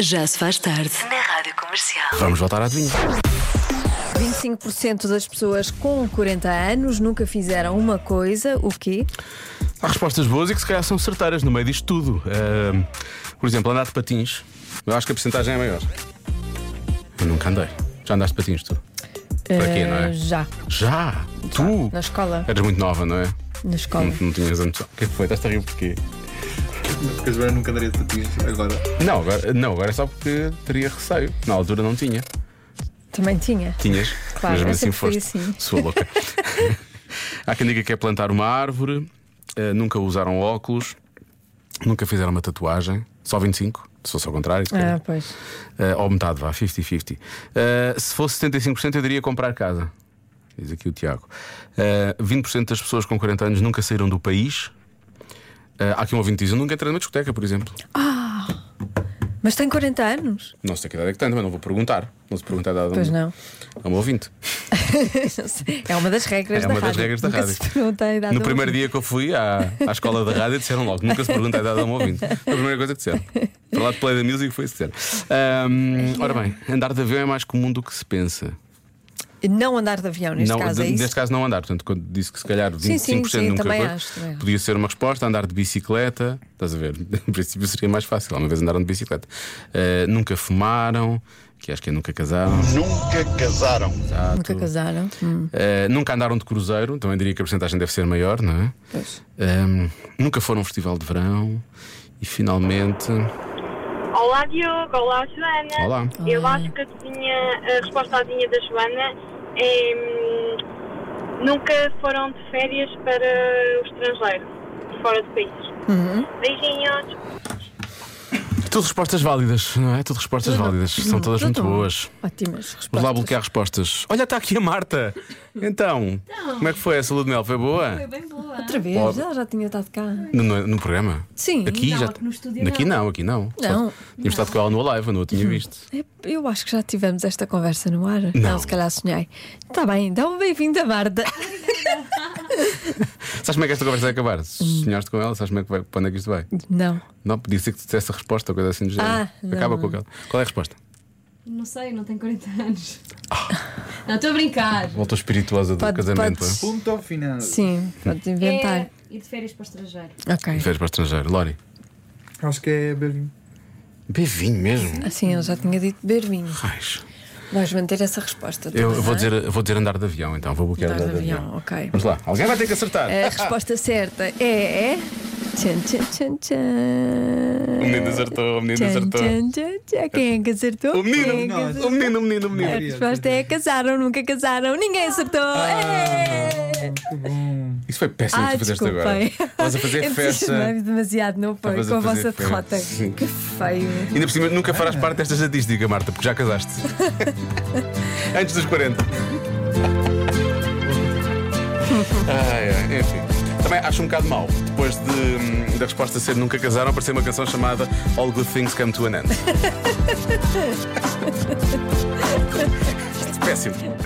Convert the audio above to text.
Já se faz tarde. Na Rádio Comercial. Vamos voltar à adivinha. 25% das pessoas com 40 anos nunca fizeram uma coisa, o quê? Há respostas boas e que se calhar são certeiras no meio disto tudo. Ahm, por exemplo, andar de patins. Eu acho que a porcentagem é maior. Eu nunca andei. Já andaste de patins, tu? Para quê, não é? Eh, Já, Já! Tu! na escola. Eras muito nova, não é? na escola. Não, não tinhas a noção. O que é que foi? Estás a rir porquê? Porque a Joana nunca daria patins agora. Não agora, não, agora é só porque teria receio. Na altura não tinha. Também tinha. Tinhas. Claro, mesmo eu assim sempre fui foste. assim. Sua louca. Há quem diga que é plantar uma árvore, eh, nunca usaram óculos, nunca fizeram uma tatuagem, só 25, se fosse ao contrário. se Ah, calhar. pois. Eh, ou metade, vá, 50-50. Eh, se fosse 75%, eu diria comprar casa. Diz aqui o Tiago. Eh, 20% das pessoas com 40 anos nunca saíram do país. Eh, há aqui um ouvinte que diz: Eu nunca entrei numa discoteca, por exemplo. Mas tem 40 anos? Não sei que idade é que tem, mas não vou perguntar. Não se pergunta a idade a um- Pois não. a um ouvinte. Não sei. é uma das regras É da uma das rádio. regras da Nunca rádio. se pergunta a idade No do primeiro ouvinte. dia que eu fui à, à escola da rádio, disseram logo: nunca se pergunta a idade a um ouvinte. Foi a primeira coisa que disseram. Para lá de Play da Music foi isso que disseram. Ahm, ora bem, andar de avião é mais comum do que se pensa. Não andar de avião, neste não, caso, é de- isso? neste caso não andar, portanto, quando disse que se calhar 25% Sim, sim, sim, nunca também foi, acho, também acho. podia ser uma resposta, andar de bicicleta, estás a ver? Em princípio seria mais fácil, uma vez andaram de bicicleta. Ah, nunca fumaram, que acho que é nunca casaram. Nunca casaram. Nunca casaram. Hum, Ah, nunca andaram de cruzeiro, também diria que a porcentagem deve ser maior, não é? pois. Ahm, nunca foram a um festival de verão e finalmente. Olá Diogo, olá Joana. Olá. Eu Olá. acho que a, adivinha- a resposta à adivinha da Joana é hum, nunca foram de férias para o estrangeiro, fora do país. Beijinhos. Tudo respostas válidas, não é? Tudo respostas válidas. São todas Tudo muito boas. Hum. Ótimas respostas. Vamos lá bloquear respostas. Olha, está aqui a Marta. Então, como é que foi essa lua de mel? Foi boa? Outra vez, Pode. ela já tinha estado cá. No, no- no programa? Sim. Aqui já. aqui no estúdio aqui não, aqui não. Não. Só- Tínhamos estado com ela no Alive, eu não a tinha visto. É, Eu acho que já tivemos esta conversa no ar. Não. se calhar sonhei. Está bem, dá um bem-vindo a Marta. Sabes como é que esta conversa vai Hum. acabar? Se Sonhaste com ela, sabes como é que vai, para onde é que isto vai? Não. Não, podia ser que te dissesse a resposta, ou coisa assim do género. Ah, não. Acaba com aquela. Qual é a resposta? Não sei, não tenho 40 anos. Não, estou a brincar. Volta espirituosa do Pode- casamento. pode- é? Ponto ao final. Sim, pode inventar. É ir de férias para o estrangeiro. Ok. Férias para o estrangeiro. Lori. Acho que é Berlim. Bevinho mesmo. Assim, eu já tinha dito beber vinho. Raios. Vais manter essa resposta. Eu também, vou não é? dizer, vou dizer andar de avião, então. Vou bloquear Andar andar, de de avião. avião, ok. É. Vamos lá. Alguém vai ter que acertar. A resposta certa é. Tchan, tchan, tchan, tchan. O menino acertou, o menino Tchan, acertou. tchan, tchan, tchan. Quem é que acertou? O menino, Quem é que acertou? o menino, o menino, o A menino. resposta é casaram, nunca casaram, ninguém acertou. É. Que bom. Isso foi péssimo que Ai, Ah. tu fizeste desculpem. agora. Estavas a fazer festa. Entusiasmei-me demasiado, não foi? Estavas a Com a fazer vossa festa. derrota. Sim. Que feio. Ainda por cima, nunca farás parte desta estatística, Marta, porque já casaste. Antes dos 40. ai, ai, enfim. Também acho um bocado mau, depois de, hum, da resposta ser nunca casaram, aparecer uma canção chamada All Good Things Come to an End. é Péssimo.